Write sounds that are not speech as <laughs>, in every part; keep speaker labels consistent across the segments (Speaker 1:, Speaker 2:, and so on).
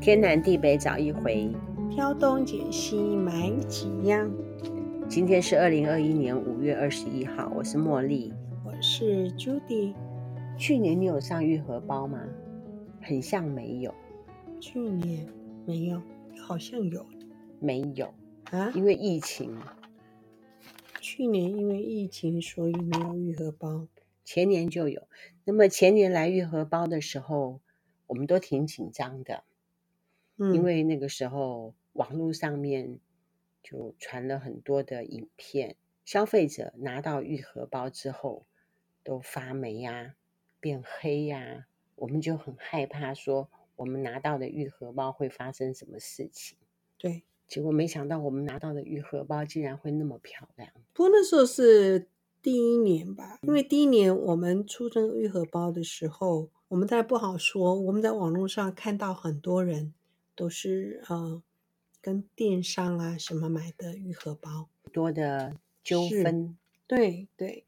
Speaker 1: 天南地北找一回。
Speaker 2: 挑东拣西买几样。
Speaker 1: 今天是二零二一年五月二十一号，我是茉莉。
Speaker 2: 我是 Judy，
Speaker 1: 去年你有上愈合包吗？很像没有，
Speaker 2: 去年没有，好像有
Speaker 1: 没有，
Speaker 2: 啊。
Speaker 1: 因为疫情。
Speaker 2: 去年因为疫情，所以没有愈合包。
Speaker 1: 前年就有。那么前年来愈合包的时候，我们都挺紧张的，
Speaker 2: 嗯，
Speaker 1: 因为那个时候网络上面就传了很多的影片，消费者拿到愈合包之后都发霉呀、变黑呀、我们就很害怕说我们拿到的愈合包会发生什么事情。
Speaker 2: 对，
Speaker 1: 结果没想到我们拿到的愈合包竟然会那么漂亮。
Speaker 2: 不过那时候是第一年吧，
Speaker 1: 嗯
Speaker 2: 因为第一年我们出这个愈合包的时候，我们当然不好说。我们在网络上看到很多人都是呃跟电商啊什么买的愈合包，
Speaker 1: 纠
Speaker 2: 是
Speaker 1: 纷
Speaker 2: 对对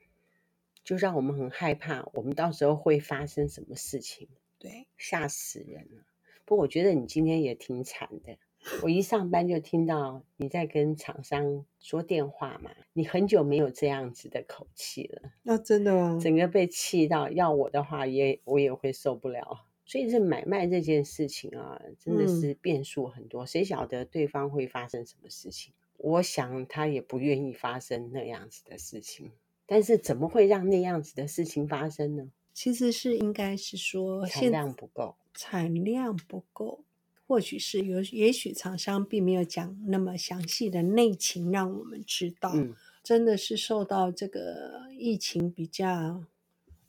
Speaker 1: 就让我们很害怕，我们到时候会发生什么事情，
Speaker 2: 对，
Speaker 1: 吓死人了。不过我觉得你今天也挺惨的，我一上班就听到你在跟厂商说电话嘛，你很久没有这样子的口气了，
Speaker 2: 那、真的啊，
Speaker 1: 整个被气到，要我的话也我也会受不了。所以这买卖这件事情啊，真的
Speaker 2: 嗯
Speaker 1: 是变数很多，谁晓得对方会发生什么事情？我想他也不愿意发生那样子的事情，但是怎么会让那样子的事情发生呢？
Speaker 2: 其实是应该是说
Speaker 1: 产
Speaker 2: 现
Speaker 1: 量不够，
Speaker 2: 产量不够，或许是有，也许厂商并没有讲那么详细的内情让我们知道，
Speaker 1: 嗯，
Speaker 2: 真的是受到这个疫情比较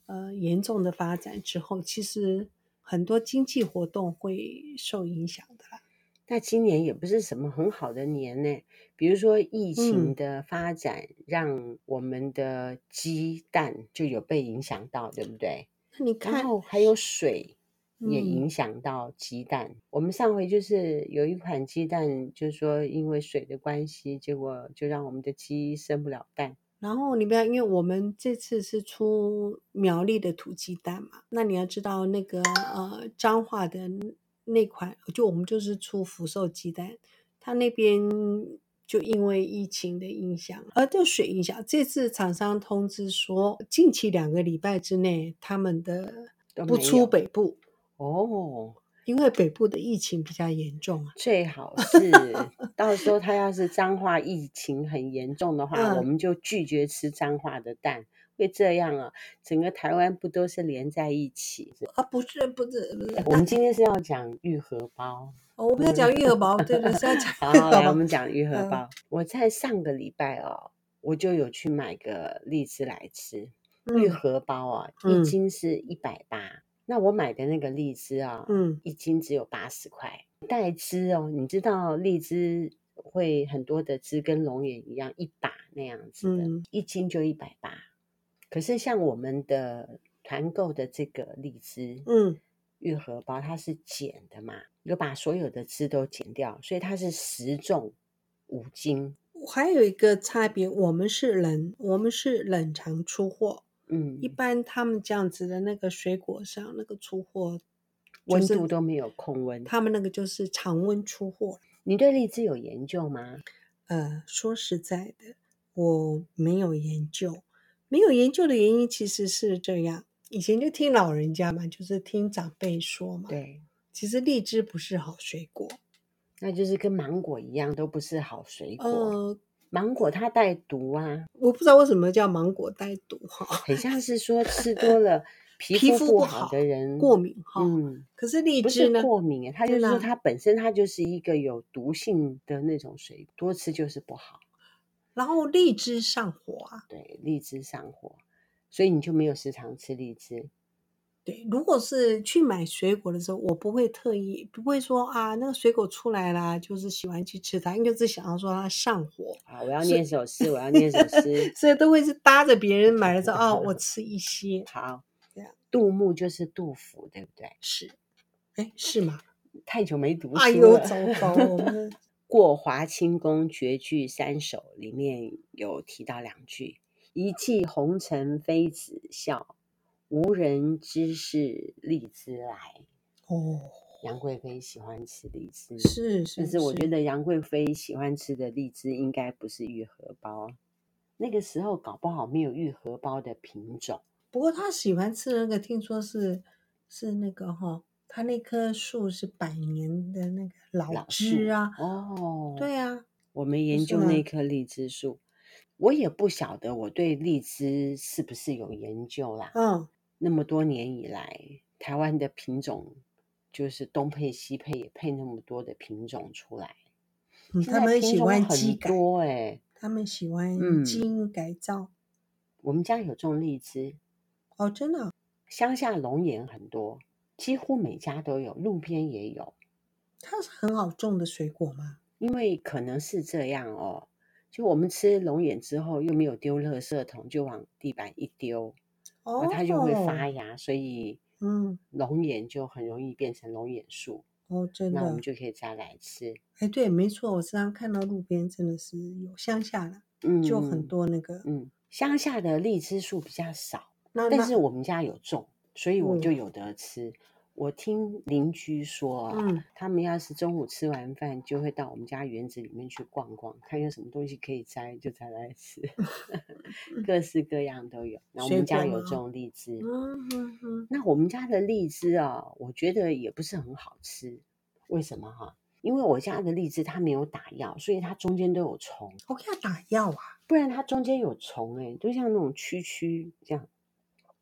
Speaker 2: 呃严重的发展之后，其实很多经济活动会受影响的啦。
Speaker 1: 那今年也不是什么很好的年呢。比如说疫情
Speaker 2: 嗯
Speaker 1: 的发展，让我们的鸡蛋就有被影响到，对不对？
Speaker 2: 那你
Speaker 1: 然
Speaker 2: 看，
Speaker 1: 后还有水也
Speaker 2: 嗯
Speaker 1: 影响到鸡蛋。我们上回就是有一款鸡蛋，就是说因为水的关系，结果就让我们的鸡生不了蛋。
Speaker 2: 然后你不要，因为我们这次是出苗栗的土鸡蛋嘛，那你要知道那个呃彰化的那款，就我们就是出福寿鸡蛋，它那边就因为疫情的影响，呃，就水影响，这次厂商通知说，近期两个礼拜之内他们的
Speaker 1: 都
Speaker 2: 不
Speaker 1: 没
Speaker 2: 出
Speaker 1: 有
Speaker 2: 北部，
Speaker 1: 哦，
Speaker 2: 因为北部的疫情比较严重啊。
Speaker 1: 最好是到时候他要是彰化疫情很严重的话，我
Speaker 2: 嗯
Speaker 1: 们就拒绝吃彰化的蛋。会这样啊？整个台湾不都是连在一
Speaker 2: <laughs>
Speaker 1: 起？
Speaker 2: 啊，不是不是不是
Speaker 1: 哎，我们今天是要讲愈合包，
Speaker 2: 哦我们要讲育儿宝，对对是要讲
Speaker 1: 好
Speaker 2: 育，
Speaker 1: 来
Speaker 2: 儿
Speaker 1: 我
Speaker 2: 宝
Speaker 1: 们讲愈合
Speaker 2: 嗯
Speaker 1: 包。我在上个礼拜哦，我就有去买个荔枝来吃。愈
Speaker 2: 嗯
Speaker 1: 合包啊，一
Speaker 2: 嗯
Speaker 1: 斤是一百八，那我买的那个荔枝啊，
Speaker 2: 嗯
Speaker 1: 一斤只有八十块。带枝哦，你知道荔枝会很多的枝跟龙眼一样，一把那样子的，
Speaker 2: 嗯
Speaker 1: 一斤就一百八。可是像我们的团购的这个荔枝，
Speaker 2: 嗯
Speaker 1: 愈合包它是剪的嘛，有把所有的枝都剪掉，所以它是十重五斤。
Speaker 2: 还有一个差别，我们是冷，我们是冷藏出货，
Speaker 1: 嗯
Speaker 2: 一，般他们这样子的那个水果上那个出货，
Speaker 1: 温度都没有控温。
Speaker 2: 他们那个就是常温出货。
Speaker 1: 你对荔枝有研究吗？
Speaker 2: 呃，说实在的，我没有研究，没有研究的原因其实是这样，以前就听老人家嘛，就是听长辈说嘛，
Speaker 1: 对，
Speaker 2: 其实荔枝不是好水果，
Speaker 1: 那就是跟芒果一样，都不是好水果。
Speaker 2: 呃，
Speaker 1: 芒果它带毒啊，
Speaker 2: 我不知道为什么叫芒果带毒哈，
Speaker 1: 很像是说吃多了
Speaker 2: <laughs>
Speaker 1: 皮
Speaker 2: 皮
Speaker 1: 肤
Speaker 2: 肤
Speaker 1: 不
Speaker 2: 不
Speaker 1: 好
Speaker 2: 好
Speaker 1: 的人
Speaker 2: 过敏哈，
Speaker 1: 嗯，
Speaker 2: 可是荔
Speaker 1: 不
Speaker 2: 枝
Speaker 1: 是
Speaker 2: 呢，
Speaker 1: 过敏耶，它就是
Speaker 2: 真的
Speaker 1: 说
Speaker 2: 啊
Speaker 1: 它本身它就是一个有毒性的那种水果，多吃就是不好。
Speaker 2: 然后荔枝上火啊。
Speaker 1: 对，荔枝上火，所以你就没有时常吃荔枝。
Speaker 2: 对，如果是去买水果的时候，我不会特意不会说啊，那个水果出来啦，就是喜欢去吃它，因为只想要说它上火，
Speaker 1: 啊，我要
Speaker 2: 是
Speaker 1: 念首诗，我要念首
Speaker 2: <laughs>。
Speaker 1: 诗
Speaker 2: 所以都会是搭着别人买了之后啊，我吃一些，
Speaker 1: 好
Speaker 2: 这样，
Speaker 1: 杜牧就是杜甫，对不对？
Speaker 2: 是，哎，是吗？
Speaker 1: 太久没读书了。
Speaker 2: 哎呦，糟糕，我们的
Speaker 1: 《 <laughs> 过华清宫绝句三首》里面有提到两句：“一骑红尘妃子笑，无人知是荔枝来。
Speaker 2: 哦，”
Speaker 1: 杨贵妃喜欢吃荔枝，
Speaker 2: 是是
Speaker 1: 但是我觉得杨贵妃喜欢吃的荔枝应该不是玉荷包，那个时候搞不好没有玉荷包的品种。
Speaker 2: 不过他喜欢吃的那个，听说是是那个哈、他那棵树是百年的那个老
Speaker 1: 老
Speaker 2: 枝
Speaker 1: 树
Speaker 2: 啊，
Speaker 1: 哦，
Speaker 2: 对啊，
Speaker 1: 我们研
Speaker 2: 是
Speaker 1: 究那
Speaker 2: 吗
Speaker 1: 棵荔枝树，我也不晓得我对荔枝是不是有研究啦。
Speaker 2: 嗯，
Speaker 1: 那么多年以来，台湾的品种就是东配西配，也配那么多的品种出来。
Speaker 2: 嗯
Speaker 1: 现
Speaker 2: 他
Speaker 1: 在
Speaker 2: 们
Speaker 1: 品
Speaker 2: 喜
Speaker 1: 种
Speaker 2: 欢基
Speaker 1: 很
Speaker 2: 改，
Speaker 1: 多哎、
Speaker 2: 他们喜欢
Speaker 1: 嗯
Speaker 2: 基因改造，
Speaker 1: 我们家有种荔枝，
Speaker 2: 哦，真的啊，
Speaker 1: 乡下龙眼很多，几乎每家都有，路边也有。
Speaker 2: 它是很好种的水果吗？
Speaker 1: 因为可能是这样哦，就我们吃龙眼之后又没有丢垃圾桶，就往地板一丢，然
Speaker 2: 哦
Speaker 1: 后，它就会发芽，所以
Speaker 2: 嗯，
Speaker 1: 龙眼就很容易变成龙眼树，
Speaker 2: 哦，真
Speaker 1: 那我
Speaker 2: 的
Speaker 1: 们，就可以摘来吃。
Speaker 2: 哎，对，没错，我经常看到路边真的是有乡下啦，
Speaker 1: 嗯，
Speaker 2: 就很。多那个，
Speaker 1: 嗯，乡下的荔枝树比较少，
Speaker 2: 那
Speaker 1: 但是
Speaker 2: 那
Speaker 1: 我们家有种，所以我
Speaker 2: 嗯
Speaker 1: 就有得吃。我听邻居说啊，
Speaker 2: 嗯
Speaker 1: 他们要是中午吃完饭，就会到我们家园子里面去逛逛，看有什么东西可以摘，就摘来吃， <laughs> 各式各样都有。那我
Speaker 2: 水
Speaker 1: 们家
Speaker 2: 果
Speaker 1: 有
Speaker 2: 吗
Speaker 1: 种荔枝，
Speaker 2: 嗯嗯嗯，
Speaker 1: 那我们家的荔枝啊，我觉得也不是很好吃。为什么哈、因为我家的荔枝它没有打药，所以它中间都有虫，
Speaker 2: 我给它打药啊。
Speaker 1: 不然它中间有虫哎、就像那种蛆蛆这样，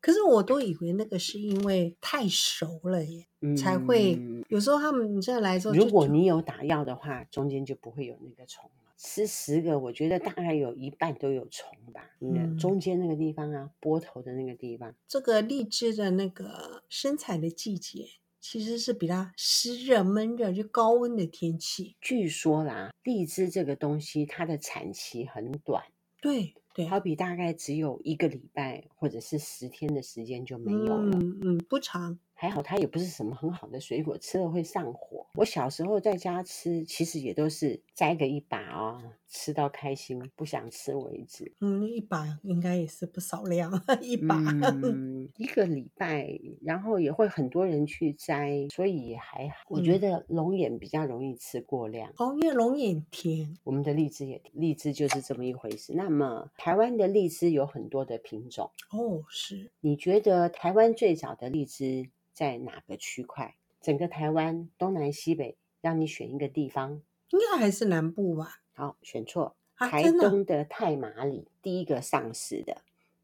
Speaker 2: 可是我都以为那个是因为太熟了耶，
Speaker 1: 嗯，
Speaker 2: 才会。有时候他们你这来之后就，
Speaker 1: 如果你有打药的话，中间就不会有那个虫了。吃十个，我觉得大概有一半都有虫吧。嗯，
Speaker 2: 嗯
Speaker 1: 中间那个地方啊，波头的那个地方，
Speaker 2: 这个荔枝的那个生产的季节，其实是比它湿热、闷热，就高温的天气。
Speaker 1: 据说啦，荔枝这个东西它的产期很短，
Speaker 2: 对对，啊
Speaker 1: 好比大概只有一个礼拜或者是十天的时间就没有了。
Speaker 2: 嗯嗯，不长。
Speaker 1: 还好它也不是什么很好的水果，吃了会上火。我小时候在家吃，其实也都是摘个一把啊、吃到开心，不想吃为止。
Speaker 2: 嗯，一把应该也是不少量，一把。 <laughs>
Speaker 1: 嗯，一个礼拜，然后也会很多人去摘，所以也还好。我觉
Speaker 2: 嗯
Speaker 1: 得龙眼比较容易吃过量，
Speaker 2: 哦，因为龙眼甜，
Speaker 1: 我们的荔枝也荔枝就是这么一回事。那么台湾的荔枝有很多的品种，
Speaker 2: 哦是，
Speaker 1: 你觉得台湾最早的荔枝在哪个区块？整个台湾东南西北，让你选一个地方，
Speaker 2: 应该还是南部吧？
Speaker 1: 好，选错。
Speaker 2: 啊，
Speaker 1: 台
Speaker 2: 真的
Speaker 1: 东的太麻里第一个上市的，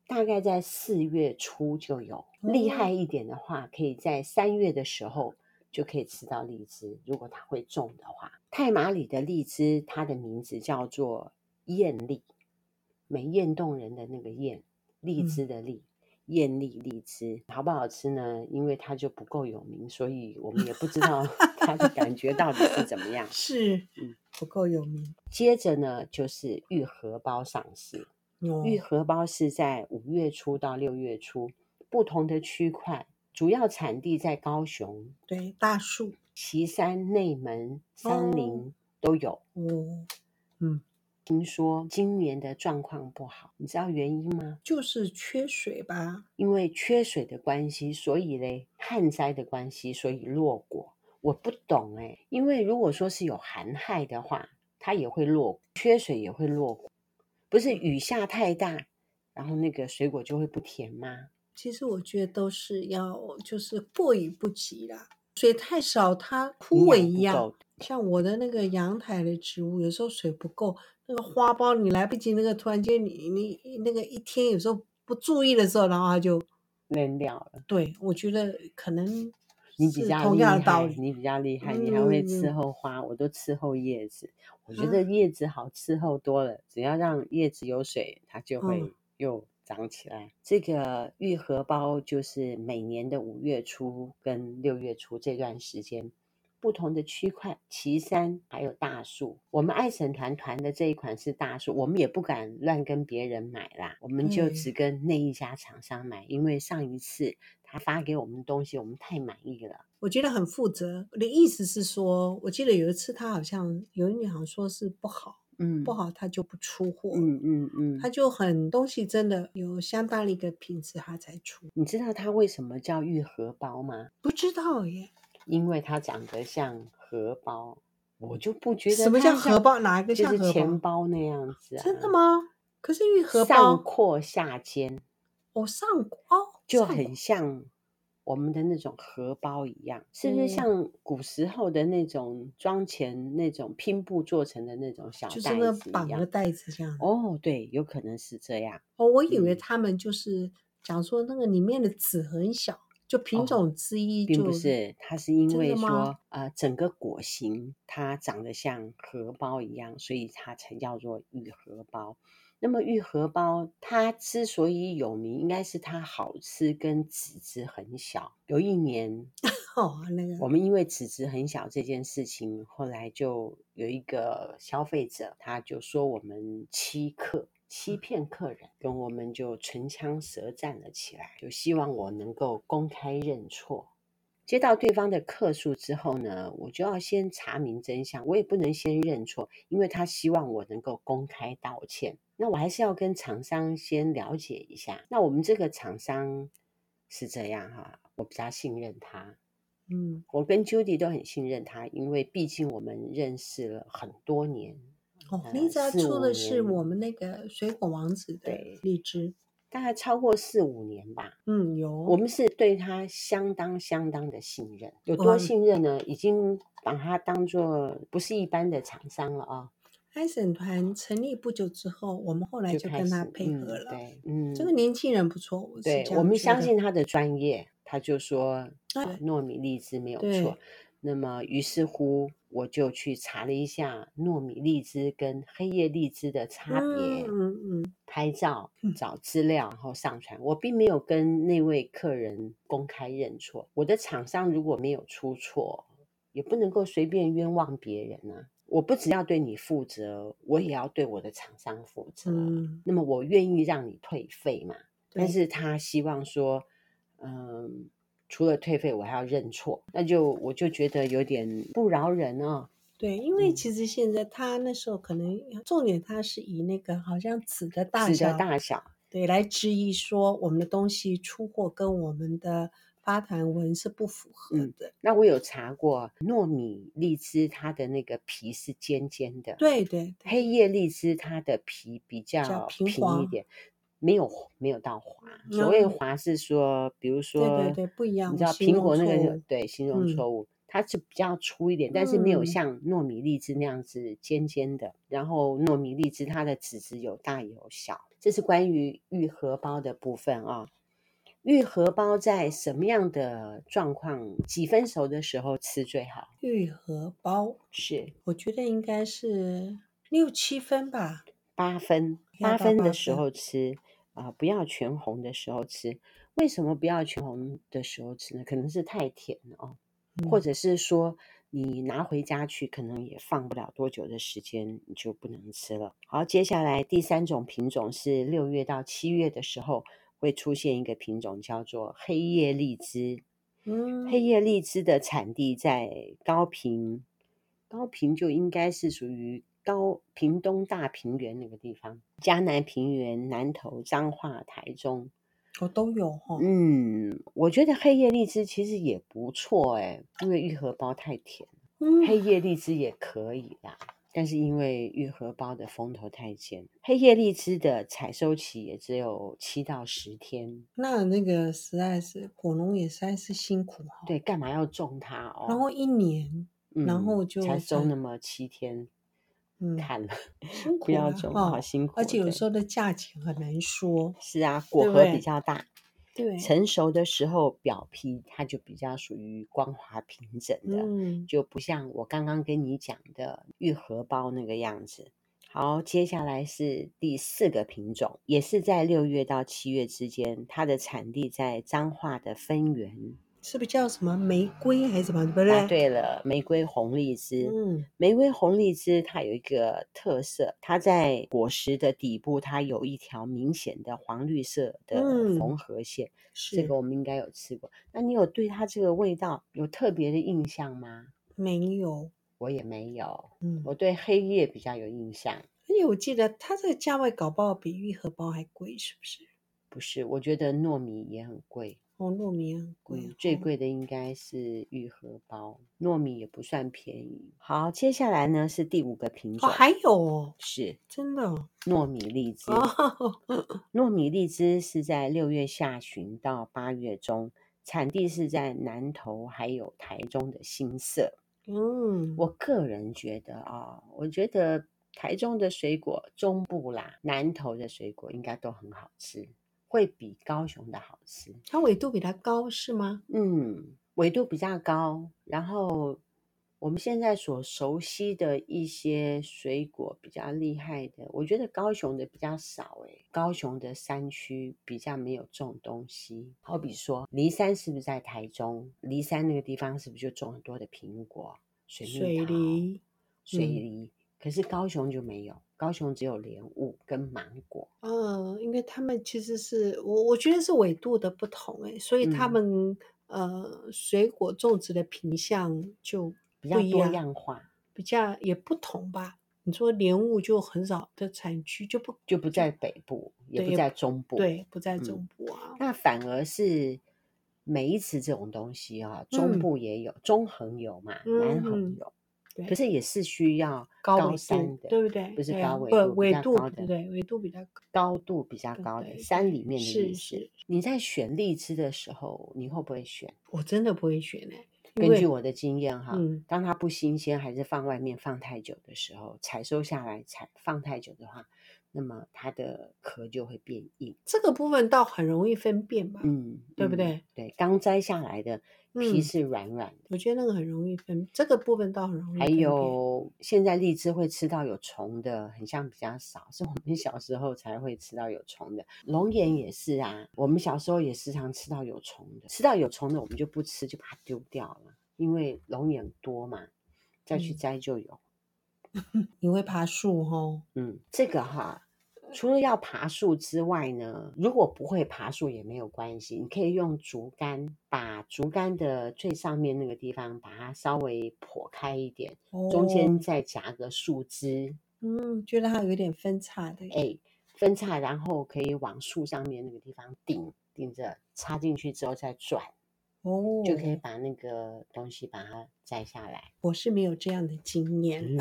Speaker 1: 大概在四月初就有。厉
Speaker 2: 哦
Speaker 1: 害一点的话，可以在三月的时候就可以吃到荔枝，如果它会种的话。太麻里的荔枝，它的名字叫做艳丽，美艳动人的那个艳，荔
Speaker 2: 嗯
Speaker 1: 枝的荔。艳丽荔枝好不好吃呢？因为它就不够有名，所以我们也不知道 <laughs> 它的感觉到底是怎么样。
Speaker 2: 是
Speaker 1: 嗯
Speaker 2: 不够有名。
Speaker 1: 接着呢，就是玉荷包上市。
Speaker 2: 哦，
Speaker 1: 玉荷包是在五月初到六月初，不同的区块，主要产地在高雄、
Speaker 2: 对，大树。
Speaker 1: 旗山、内门、三林、
Speaker 2: 哦
Speaker 1: 都有。
Speaker 2: 哦，嗯。
Speaker 1: 听说今年的状况不好，你知道原因吗？
Speaker 2: 就是缺水吧？
Speaker 1: 因为缺水的关系，所以嘞，旱灾的关系，所以落果。我不懂哎、因为如果说是有寒害的话，它也会落果，缺水也会落果，不是雨下太大，然后那个水果就会不甜吗？
Speaker 2: 其实我觉得都是要就是过于不及啦，水太少它
Speaker 1: 营
Speaker 2: 枯萎
Speaker 1: 养
Speaker 2: 一
Speaker 1: 不
Speaker 2: 样
Speaker 1: 够。
Speaker 2: 像我的那个阳台的植物，有时候水不够，那个花苞你来不及，那个突然间你你那个一天有时候不注意的时候，然后它就
Speaker 1: 扔掉了。
Speaker 2: 对我觉得可能
Speaker 1: 你比
Speaker 2: 是
Speaker 1: 较
Speaker 2: 同
Speaker 1: 厉
Speaker 2: 样的道
Speaker 1: 害，
Speaker 2: 理，
Speaker 1: 你比较厉害，你还会
Speaker 2: 嗯
Speaker 1: 伺候花，我都伺候叶子。我觉
Speaker 2: 啊
Speaker 1: 得叶子好伺候多了，只要让叶子有水，它就
Speaker 2: 嗯
Speaker 1: 会又长起来。这个玉荷包就是每年的五月初跟六月初这段时间。不同的区块，岐山还有大树。我们爱神团团的这一款是大树，我们也不敢乱跟别人买啦，我们就
Speaker 2: 对
Speaker 1: 只跟那一家厂商买，因为上一次他发给我们的东西，我们太满意了。
Speaker 2: 我觉得很负责。我的意思是说，我记得有一次他好像有一年好像说是不好，
Speaker 1: 嗯
Speaker 2: 不，好他就不出货，
Speaker 1: 嗯嗯嗯
Speaker 2: 它。就很东西真的有相当的一个品质，它才出。
Speaker 1: 你知道它为什么叫玉荷包吗？
Speaker 2: 不知道耶，
Speaker 1: 因为它长得像荷包，我就不觉得
Speaker 2: 什么
Speaker 1: 它
Speaker 2: 叫
Speaker 1: 像
Speaker 2: 荷包哪一个
Speaker 1: 就
Speaker 2: 像
Speaker 1: 是
Speaker 2: 荷
Speaker 1: 钱
Speaker 2: 包？
Speaker 1: 包那样子啊？
Speaker 2: 真的？吗？可是玉荷
Speaker 1: 上
Speaker 2: 包，
Speaker 1: 阔下尖，
Speaker 2: 我上过哦，
Speaker 1: 就
Speaker 2: 上
Speaker 1: 很
Speaker 2: 过
Speaker 1: 像我们的那种荷包一样，是不是
Speaker 2: 嗯
Speaker 1: 像古时候的那种装钱、那种拼布做成的那种小
Speaker 2: 就是
Speaker 1: 袋
Speaker 2: 那
Speaker 1: 子一
Speaker 2: 绑个
Speaker 1: 样？
Speaker 2: 带子这样。
Speaker 1: 哦，对，有可能是这样。
Speaker 2: 哦，我以为
Speaker 1: 嗯
Speaker 2: 他们就是讲说那个里面的籽很小，就
Speaker 1: 哦
Speaker 2: 品种之一就，
Speaker 1: 并不是，它是因
Speaker 2: 真
Speaker 1: 为
Speaker 2: 的吗
Speaker 1: 说，呃，整个果形它长得像荷包一样，所以它才叫做玉荷包。那么玉荷包它之所以有名，应该是它好吃跟籽质很小。有一年，
Speaker 2: 哦，那个
Speaker 1: 我们因为籽质很小这件事情，后来就有一个消费者，他就说我们欺客。欺骗客人，跟我们就唇枪舌战了起来，就希望我能够公开认错。接到对方的客诉之后呢，我就要先查明真相，我也不能先认错，因为他希望我能够公开道歉。那我还是要跟厂商先了解一下。那我们这个厂商是这样哈、我比较信任他，
Speaker 2: 嗯，
Speaker 1: 我跟 Judy 都很信任他，因为毕竟我们认识了很多年。
Speaker 2: 哦，
Speaker 1: 呃
Speaker 2: 你只要
Speaker 1: 四
Speaker 2: 出
Speaker 1: 五
Speaker 2: 的是
Speaker 1: 年
Speaker 2: 我们那个水果王子的
Speaker 1: 对
Speaker 2: 荔枝，
Speaker 1: 大概超过四五年吧，
Speaker 2: 嗯，有
Speaker 1: 我们是对他相当相当的信任，有
Speaker 2: 哇
Speaker 1: 多信任呢？已经把他当做不是一般的厂商了啊、
Speaker 2: 海审团成立不久之后，我们后来就
Speaker 1: 开
Speaker 2: 跟
Speaker 1: 始
Speaker 2: 他配合
Speaker 1: 嗯、
Speaker 2: 了。
Speaker 1: 对，嗯，
Speaker 2: 这个年轻人不错，我是
Speaker 1: 对
Speaker 2: 这样
Speaker 1: 我们
Speaker 2: 觉
Speaker 1: 相
Speaker 2: 得
Speaker 1: 信他的专业，他就说
Speaker 2: 啊
Speaker 1: 啊糯米荔枝没有
Speaker 2: 对
Speaker 1: 错。那么于是乎，我就去查了一下糯米荔枝跟黑叶荔枝的差别，
Speaker 2: 嗯嗯嗯，
Speaker 1: 拍照
Speaker 2: 嗯、
Speaker 1: 找资料，然后上传。我并没有跟那位客人公开认错。我的厂商如果没有出错，也不能够随便冤枉别人啊。我不只要对你负责，我也要对我的厂商负责。
Speaker 2: 嗯
Speaker 1: 那么我愿意让你退费嘛？呃但
Speaker 2: 对
Speaker 1: 是他希望说，嗯，除了退费，我还要认错，那就我就觉得有点不饶人啊、
Speaker 2: 对，因为
Speaker 1: 嗯
Speaker 2: 其实现在他那时候可能重点，他是以那个好像纸的大
Speaker 1: 指的
Speaker 2: 小
Speaker 1: 大小，
Speaker 2: 对来质疑说我们的东西出货跟我们的发团文是不符合
Speaker 1: 嗯
Speaker 2: 的。
Speaker 1: 那我有查过，糯米荔枝它的那个皮是尖尖的，
Speaker 2: 对对对，
Speaker 1: 黑叶荔枝它的皮比较
Speaker 2: 平
Speaker 1: 平一
Speaker 2: 滑
Speaker 1: 点，没有没有到滑。所谓
Speaker 2: 嗯
Speaker 1: 滑是说，比如说，
Speaker 2: 对不一样
Speaker 1: 你知道
Speaker 2: 形
Speaker 1: 苹
Speaker 2: 容
Speaker 1: 果那
Speaker 2: 错
Speaker 1: 个
Speaker 2: 误
Speaker 1: 对形容
Speaker 2: 嗯
Speaker 1: 错误，它是比较粗一点，但是没有
Speaker 2: 嗯
Speaker 1: 像糯米荔枝那样子尖尖的。然后糯米荔枝它的籽质有大有小，这是关于玉荷包的部分啊、玉荷包在什么样的状况，几分熟的时候吃最好？
Speaker 2: 玉荷包，
Speaker 1: 是
Speaker 2: 我觉得应该是六七分吧。
Speaker 1: 八分，
Speaker 2: 要
Speaker 1: 八
Speaker 2: 到
Speaker 1: 分
Speaker 2: 八
Speaker 1: 的时
Speaker 2: 分
Speaker 1: 候吃啊、不要全红的时候吃。为什么不要全红的时候吃呢？可能是太甜了哦，或
Speaker 2: 嗯
Speaker 1: 者是说你拿回家去，可能也放不了多久的时间，你就不能吃了。好，接下来第三种品种是六月到七月的时候会出现一个品种，叫做黑叶荔枝。
Speaker 2: 嗯，
Speaker 1: 黑叶荔枝的产地在高平，高平就应该是属于高屏东大平原那个地方，嘉南平原、南投、彰化、台中。
Speaker 2: 我都有哈、
Speaker 1: 嗯，我觉得黑叶荔枝其实也不错诶，因为玉荷包太甜，黑
Speaker 2: 嗯，
Speaker 1: 叶荔枝也可以啦。但是因为玉荷包的风头太尖，黑叶荔枝的采收期也只有七到十天。
Speaker 2: 那那个实在是果农也实在是辛苦哈、
Speaker 1: 对，干嘛要种它哦？
Speaker 2: 然后一年，然后
Speaker 1: 嗯
Speaker 2: 就
Speaker 1: 才收
Speaker 2: 才
Speaker 1: 那么七天， <laughs>
Speaker 2: 嗯
Speaker 1: 看了，
Speaker 2: 辛
Speaker 1: 不
Speaker 2: 苦
Speaker 1: 要
Speaker 2: 了
Speaker 1: 种，
Speaker 2: 哈、
Speaker 1: 好辛苦。
Speaker 2: 而且有
Speaker 1: 对
Speaker 2: 时候的价钱很难说。
Speaker 1: 是啊，果
Speaker 2: 对不
Speaker 1: 核比
Speaker 2: 对
Speaker 1: 较大，
Speaker 2: 对，
Speaker 1: <laughs> 成熟的时候表皮它就比较属于光滑平整的，
Speaker 2: 嗯，
Speaker 1: 就不像我刚刚跟你讲的玉荷包那个样子。好，接下来是第四个品种，也是在六月到七月之间，它的产地在彰化的分园。
Speaker 2: 是不是叫什么玫瑰还是什么？对不
Speaker 1: 答对
Speaker 2: 对？，
Speaker 1: 了，玫瑰红荔枝。
Speaker 2: 嗯
Speaker 1: 玫瑰红荔枝它有一个特色，它在果实的底部，它有一条明显的黄绿色的
Speaker 2: 嗯
Speaker 1: 缝合线，这
Speaker 2: 是
Speaker 1: 个我们应该有吃过。那你有对它这个味道有特别的印象吗？
Speaker 2: 没有，
Speaker 1: 我也没有，
Speaker 2: 嗯，
Speaker 1: 我对黑夜比较有印象。
Speaker 2: 而且我记得它这个价位搞不好比玉荷包还贵，是不是？
Speaker 1: 不是，我觉得糯米也很贵，
Speaker 2: 哦，糯米很贵、
Speaker 1: 嗯
Speaker 2: 哦，
Speaker 1: 最贵的应该是玉荷包，糯米也不算便宜。好，接下来呢是第五个品
Speaker 2: 哦，
Speaker 1: 种，
Speaker 2: 还有哦，
Speaker 1: 是
Speaker 2: 真的哦，
Speaker 1: 糯米荔枝。
Speaker 2: 哦 <laughs>
Speaker 1: 糯米荔枝是在六月下旬到八月中，产地是在南投还有台中的新社。
Speaker 2: 嗯，
Speaker 1: 我个人觉得啊、我觉得台中的水果中部啦，南投的水果应该都很好吃，会比高雄的好吃。
Speaker 2: 它纬度比它高是吗？
Speaker 1: 嗯，纬度比较高，然后我们现在所熟悉的一些水果比较厉害的，我觉得高雄的比较少诶，高雄的山区比较没有种东西，好比说梨山是不是在台中？梨山那个地方是不是就种很多的苹果、水蜜
Speaker 2: 水
Speaker 1: 桃、
Speaker 2: 梨
Speaker 1: 水
Speaker 2: 嗯
Speaker 1: 梨？可是高雄就没有，高雄只有莲雾跟芒果。
Speaker 2: 呃，因为他们其实是我，我觉得是纬度的不同哎、所以他
Speaker 1: 嗯
Speaker 2: 们、呃水果种植的品相就
Speaker 1: 比
Speaker 2: 不
Speaker 1: 较
Speaker 2: 一
Speaker 1: 多
Speaker 2: 样，
Speaker 1: 样化，
Speaker 2: 比较也不同吧。你说莲雾就很少的产区，就不
Speaker 1: 就不在北部，也
Speaker 2: 对
Speaker 1: 不
Speaker 2: 也
Speaker 1: 在
Speaker 2: 不
Speaker 1: 中部。
Speaker 2: 对，不在
Speaker 1: 嗯
Speaker 2: 中部啊。
Speaker 1: 那反而是梅子这种东西啊，中
Speaker 2: 嗯
Speaker 1: 部也有，中横有嘛，南横
Speaker 2: 嗯
Speaker 1: 有，
Speaker 2: 对
Speaker 1: 可是也是需要
Speaker 2: 高纬
Speaker 1: 山
Speaker 2: 度，
Speaker 1: 的，
Speaker 2: 对不对？
Speaker 1: 不是
Speaker 2: 对
Speaker 1: 高
Speaker 2: 啊，不
Speaker 1: 纬度，比
Speaker 2: 纬
Speaker 1: 较
Speaker 2: 度
Speaker 1: 高
Speaker 2: 对
Speaker 1: 的，
Speaker 2: 对，纬度比较高。
Speaker 1: 高度比较
Speaker 2: 对
Speaker 1: 高的
Speaker 2: 对
Speaker 1: 山
Speaker 2: 对
Speaker 1: 里面的
Speaker 2: 是
Speaker 1: 意思
Speaker 2: 是。
Speaker 1: 你在选荔枝的时候，你会不会选？
Speaker 2: 我真的不会选哎、因
Speaker 1: 根据
Speaker 2: 为
Speaker 1: 我啊的经验哈，
Speaker 2: 嗯，
Speaker 1: 当它不新鲜，还是放外面放太久的时候，采收下来采放太久的话，那么它的壳就会变硬。
Speaker 2: 这个部分倒很容易分辨吧，
Speaker 1: 嗯，
Speaker 2: 对
Speaker 1: 嗯
Speaker 2: 不对？
Speaker 1: 对，刚摘下来的皮
Speaker 2: 嗯
Speaker 1: 是软软的，
Speaker 2: 我觉得那个很容易分，这个部分倒很容易
Speaker 1: 还
Speaker 2: 分辨。
Speaker 1: 有现在荔枝会吃到有虫的，很像比较少，是我们小时候才会吃到有虫的。龙眼也是啊，我们小时候也时常吃到有虫的，吃到有虫的我们就不吃，就把它丢掉了，因为龙眼多嘛，再去
Speaker 2: 嗯
Speaker 1: 摘就有。
Speaker 2: 你会爬树哦？
Speaker 1: 嗯，这个哈，除了要爬树之外呢，如果不会爬树也没有关系，你可以用竹竿把竹竿的最上面那个地方把它稍微剖开一点，中间
Speaker 2: 哦，
Speaker 1: 再夹个树枝，
Speaker 2: 嗯，觉得它有点分叉的耶。
Speaker 1: 哎，分叉，然后可以往树上面那个地方顶顶着，插进去之后再转，就可以
Speaker 2: 哦，
Speaker 1: 把那个东西把它摘下来。
Speaker 2: 我是没有这样的经验，
Speaker 1: <laughs>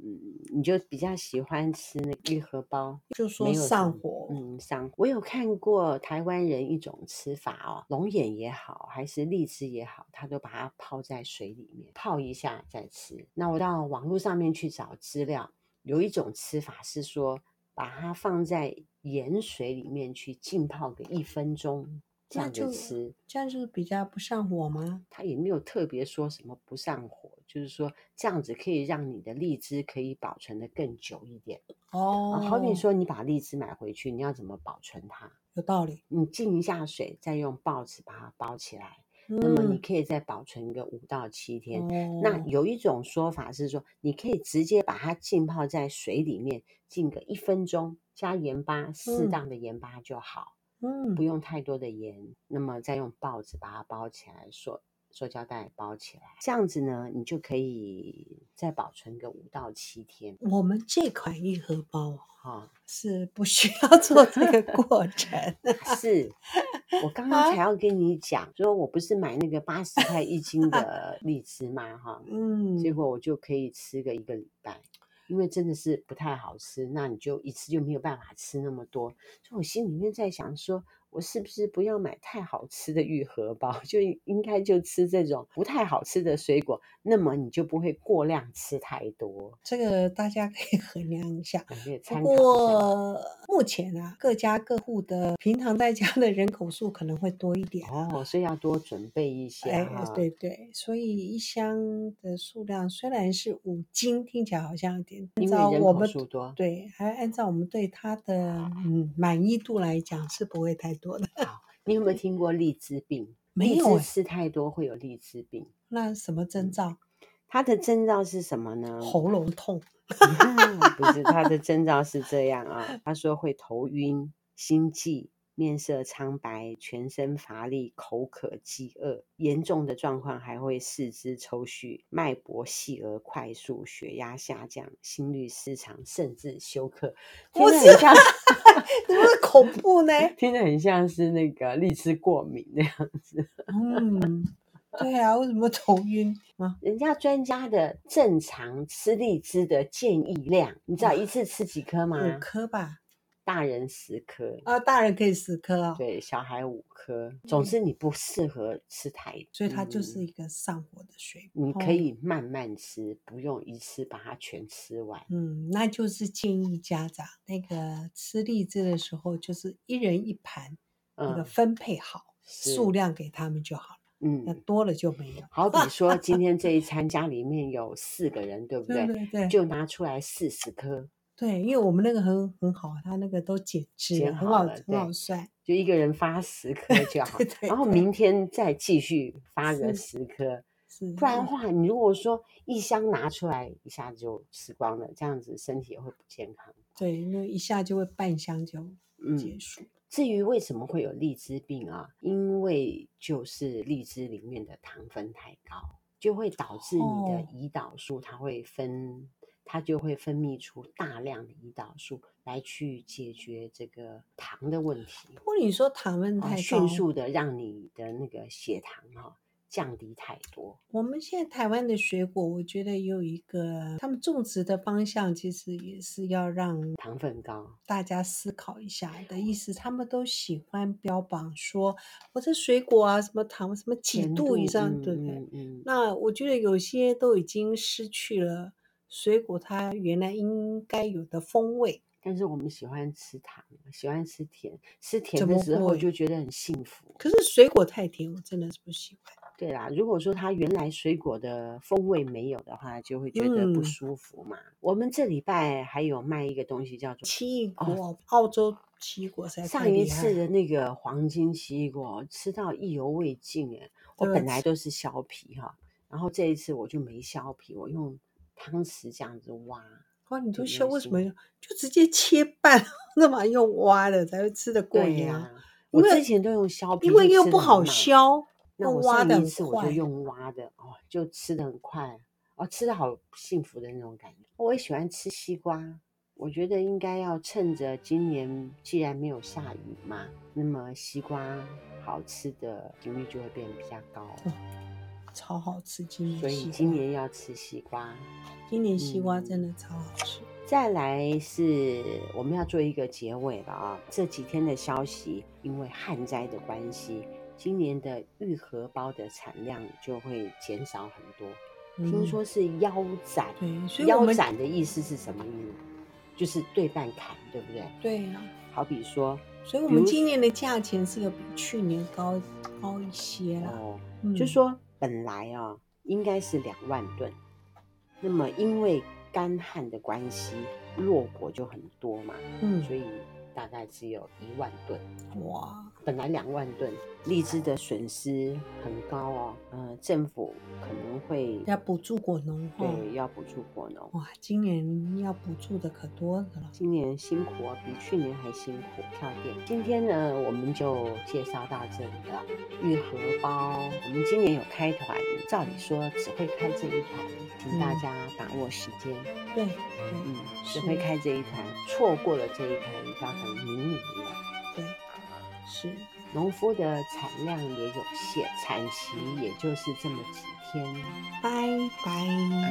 Speaker 1: 嗯，你就比较喜欢吃那个玉荷包。
Speaker 2: 就说
Speaker 1: 没有什
Speaker 2: 上
Speaker 1: 么，
Speaker 2: 火，
Speaker 1: 嗯，上我有看过台湾人一种吃法哦，龙眼也好，还是荔枝也好，他都把它泡在水里面泡一下再吃。那我到网络上面去找资料，有一种吃法是说把它放在盐水里面去浸泡个一分钟，这
Speaker 2: 那
Speaker 1: 样子
Speaker 2: 就
Speaker 1: 吃。
Speaker 2: 这样就是比较不上火吗？
Speaker 1: 他也没有特别说什么不上火，就是说这样子可以让你的荔枝可以保存的更久一点啊。好比
Speaker 2: 哦，
Speaker 1: 说你把荔枝买回去，你要怎么保存它？
Speaker 2: 有道理。
Speaker 1: 你浸一下水，再用报纸把它包起来，那么你
Speaker 2: 嗯，
Speaker 1: 可以再保存个五到七天。那
Speaker 2: 哦，
Speaker 1: 有一种说法是说，你可以直接把它浸泡在水里面，浸个一分钟，加盐巴，适
Speaker 2: 嗯
Speaker 1: 当的盐巴就好，不
Speaker 2: 嗯，
Speaker 1: 用太多的盐。那么再用报纸把它包起来，塑塑胶袋包起来，这样子呢，你就可以再保存个五到七天
Speaker 2: 我们这款硬荷包哦
Speaker 1: 哈。
Speaker 2: 是不需要 <laughs> 做这个过程
Speaker 1: 是我刚刚
Speaker 2: 啊。
Speaker 1: 才要跟你讲，说我不是买那个八十块一斤
Speaker 2: <laughs>
Speaker 1: 的荔枝嘛，哈，结
Speaker 2: 嗯，
Speaker 1: 果我就可以吃个一个礼拜，因为真的是不太好吃，那你就一次就没有办法吃那么多，所以我心里面在想说。我是不是不要买太好吃的玉荷包，就应该就吃这种不太好吃的水果，那么你就不会过量吃太多，
Speaker 2: 这个大家可以衡量一下。
Speaker 1: 你可以
Speaker 2: 不
Speaker 1: 参考一下。
Speaker 2: 过目前啊，各家各户的平常在家的人口数可能会多一点啊。
Speaker 1: 哦，啊所以要多准备一些
Speaker 2: 哎，
Speaker 1: 哈。
Speaker 2: 对对，所以一箱的数量虽然是五斤，听起来好像有点，按
Speaker 1: 因为
Speaker 2: 照
Speaker 1: 人
Speaker 2: 我
Speaker 1: 口
Speaker 2: 们
Speaker 1: 数多，
Speaker 2: 对，还按照我们对它的嗯满意度来讲是不会太多的。
Speaker 1: 好，你有没有听过荔枝病？
Speaker 2: 没
Speaker 1: 荔枝
Speaker 2: 有哎，
Speaker 1: 吃太多会有荔枝病。
Speaker 2: 那什么征
Speaker 1: 嗯，
Speaker 2: 兆？
Speaker 1: 它的征兆是什么呢？
Speaker 2: 喉咙痛。 <laughs>
Speaker 1: 啊不是，它的征兆是这样啊。他说会头晕、心悸、面色苍白、全身乏力、口渴、饥饿，严重的状况还会四肢抽搐、脉搏细而快速、血压下降、心律失常，甚至休克。听
Speaker 2: 我
Speaker 1: 着
Speaker 2: 知
Speaker 1: 很像，
Speaker 2: 怎么恐怖呢？
Speaker 1: 听着很像是那个荔枝过敏那样子。
Speaker 2: 嗯，对啊，为什么头晕啊？
Speaker 1: 人家专家的正常吃荔枝的建议量，你知道一次吃几颗吗？
Speaker 2: 五颗吧，
Speaker 1: 大人十颗，
Speaker 2: 啊，大人可以十颗啊、
Speaker 1: 对，小孩五颗。总之你不适合吃太多，
Speaker 2: 嗯所以它就
Speaker 1: 嗯
Speaker 2: 是一哦个上火的水果。
Speaker 1: 你可以慢慢吃，不用一次把它全吃完。
Speaker 2: 嗯，那就是建议家长那个吃荔枝的时候，就是一人一盘，那个
Speaker 1: 嗯
Speaker 2: 分配好
Speaker 1: 是
Speaker 2: 数量给他们就好了，那
Speaker 1: 嗯，
Speaker 2: 多了就没有。
Speaker 1: 好
Speaker 2: <laughs>
Speaker 1: 比说今天这一餐家里面有四个人，对不
Speaker 2: 对
Speaker 1: 对？
Speaker 2: 对对，
Speaker 1: 就拿出来四十颗，
Speaker 2: 对，因为我们那个很很好，啊它那个都减脂
Speaker 1: 剪
Speaker 2: 了，很
Speaker 1: 好
Speaker 2: 好
Speaker 1: 了
Speaker 2: 很
Speaker 1: 对
Speaker 2: 好算。
Speaker 1: 就一个人发十颗就好
Speaker 2: 对对，
Speaker 1: 然后
Speaker 2: 对
Speaker 1: 明天再继续发个
Speaker 2: 是
Speaker 1: 十颗。
Speaker 2: 是，嗯
Speaker 1: 不然的话，你如果说一箱拿出来一下就吃光了，这样子身体也会不健康。
Speaker 2: 对，那一下就会半箱就
Speaker 1: 嗯
Speaker 2: 结，束。
Speaker 1: 至于为什么会有荔枝病啊？因为就是荔枝里面的糖分太高，就会导致你的
Speaker 2: 哦
Speaker 1: 胰岛素它会分，它就会分泌出大量的胰岛素来去解决这个糖的问题，
Speaker 2: 不过你说糖分
Speaker 1: 啊
Speaker 2: 太高，
Speaker 1: 迅速的让你的那个血糖哈、降低太多。
Speaker 2: 我们现在台湾的水果，我觉得有一个他们种植的方向，其实也是要让
Speaker 1: 糖分高，
Speaker 2: 大家思考一下的意思。他们都喜欢标榜说，我这水果啊，什么糖什么几
Speaker 1: 甜
Speaker 2: 度以上，
Speaker 1: 嗯
Speaker 2: 对不对？
Speaker 1: 嗯嗯
Speaker 2: 那我觉得有些都已经失去了水果它原来应该有的风味。
Speaker 1: 但是我们喜欢吃糖，喜欢吃甜，吃甜
Speaker 2: 怎
Speaker 1: 的
Speaker 2: 么
Speaker 1: 时候
Speaker 2: 会
Speaker 1: 就觉得很幸福。
Speaker 2: 可是水果太甜，我真的是不喜欢。
Speaker 1: 对啦，如果说它原来水果的风味没有的话，就会觉得不
Speaker 2: 嗯
Speaker 1: 舒服嘛。我们这礼拜还有卖一个东西叫做
Speaker 2: 奇异果，澳洲奇异果才
Speaker 1: 哦上一次的那个黄金奇异果，吃到意犹未尽哎。我
Speaker 2: 对
Speaker 1: 本来都是削皮哈，然后这一次我就没削皮，我用汤匙这样子挖。
Speaker 2: 哇，你
Speaker 1: 就
Speaker 2: 都
Speaker 1: 没
Speaker 2: 削
Speaker 1: 有
Speaker 2: 为什
Speaker 1: 心
Speaker 2: 么要就直接切半， <laughs> 干嘛用挖的才会吃得过
Speaker 1: 对
Speaker 2: 瘾
Speaker 1: 呀、
Speaker 2: 啊？
Speaker 1: 我
Speaker 2: 因为
Speaker 1: 之前都用削皮，
Speaker 2: 因为
Speaker 1: 就
Speaker 2: 又
Speaker 1: 吃
Speaker 2: 不
Speaker 1: 得
Speaker 2: 好
Speaker 1: 慢
Speaker 2: 削，
Speaker 1: 那
Speaker 2: 又
Speaker 1: 我
Speaker 2: 挖
Speaker 1: 上
Speaker 2: 的
Speaker 1: 一
Speaker 2: 很
Speaker 1: 次我就
Speaker 2: 快。
Speaker 1: 用挖的哦，就吃的很快哦，吃的好幸福的那种感觉。我也喜欢吃西瓜，我觉得应该要趁着今年既然没有下雨嘛，那么西瓜好吃的频率就会变得比较高，
Speaker 2: 哦超好吃，今年
Speaker 1: 所
Speaker 2: 西
Speaker 1: 以
Speaker 2: 瓜
Speaker 1: 今年要吃西瓜。
Speaker 2: 今年西瓜真
Speaker 1: 嗯
Speaker 2: 的超好吃。
Speaker 1: 再来是我们要做一个结尾了啊！这几天的消息，因为旱灾的关系，今年的玉荷包的产量就会减少很多。听
Speaker 2: 嗯
Speaker 1: 说是腰斩，
Speaker 2: 对，所以我
Speaker 1: 腰
Speaker 2: 们
Speaker 1: 斩的意思是什么意思？就是对半砍，对不对？
Speaker 2: 对啊，
Speaker 1: 好比说，
Speaker 2: 所以我
Speaker 1: 比
Speaker 2: 们
Speaker 1: 如
Speaker 2: 今年的价钱是有比去年高高一些啦。
Speaker 1: 哦，
Speaker 2: 嗯
Speaker 1: 就说本来啊、应该是两万吨，那么因为干旱的关系，落果就很多嘛，
Speaker 2: 嗯
Speaker 1: 所以大概只有一万吨。
Speaker 2: 哇，
Speaker 1: 本来两万吨荔枝的损失很高哦，呃，政府可能会
Speaker 2: 要哦补助果农哈，
Speaker 1: 对要补助果农。
Speaker 2: 哇，今年要补助的可多了。
Speaker 1: 今年辛苦啊，比去年还辛苦，跳电。今天呢，我们就介绍到这里了。玉荷包，我们今年有开团，照理说只会开这一团，请大
Speaker 2: 嗯
Speaker 1: 家把握时间。
Speaker 2: 对，
Speaker 1: 嗯
Speaker 2: 对，
Speaker 1: 只
Speaker 2: 是
Speaker 1: 会开这一团，错过了这一团，要等明年了。
Speaker 2: 对，是，
Speaker 1: 农夫的产量也有限，产期也就是这么几天。
Speaker 2: 拜
Speaker 1: 呃
Speaker 2: 拜。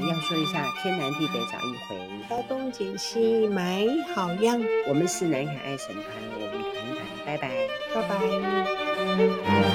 Speaker 1: 要说一下，天南地北找一回。
Speaker 2: 挑东拣西，买好样，
Speaker 1: 我们是南海爱神团，我们团团，拜拜。
Speaker 2: 拜拜。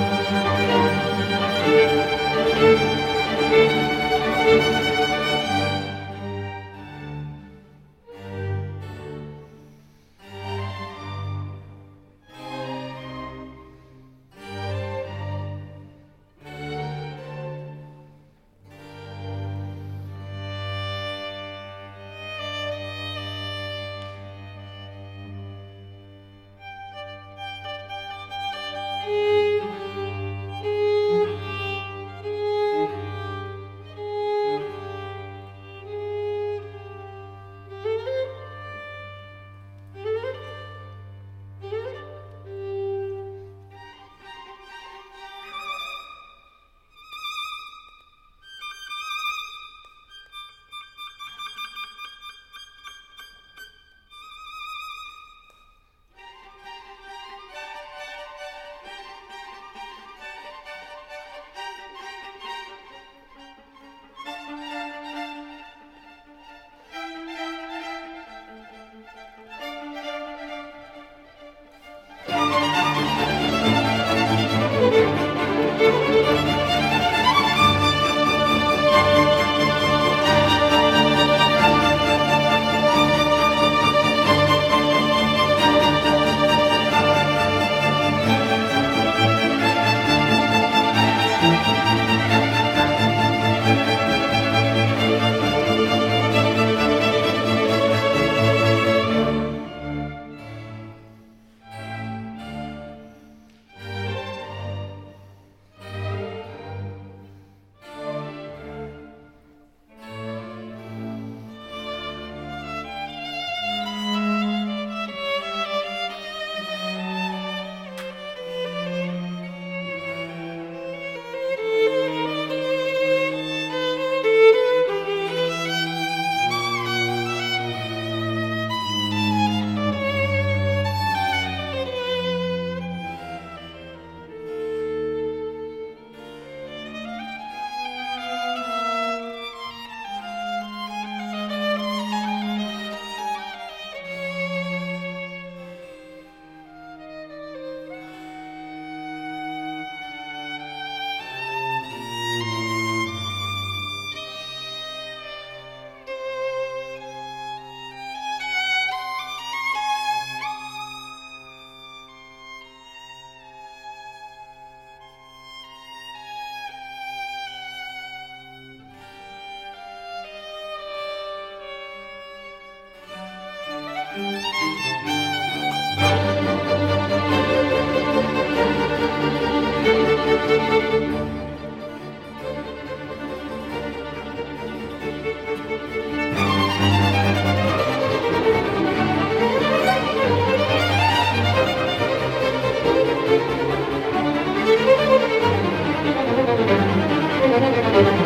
Speaker 3: Thank you.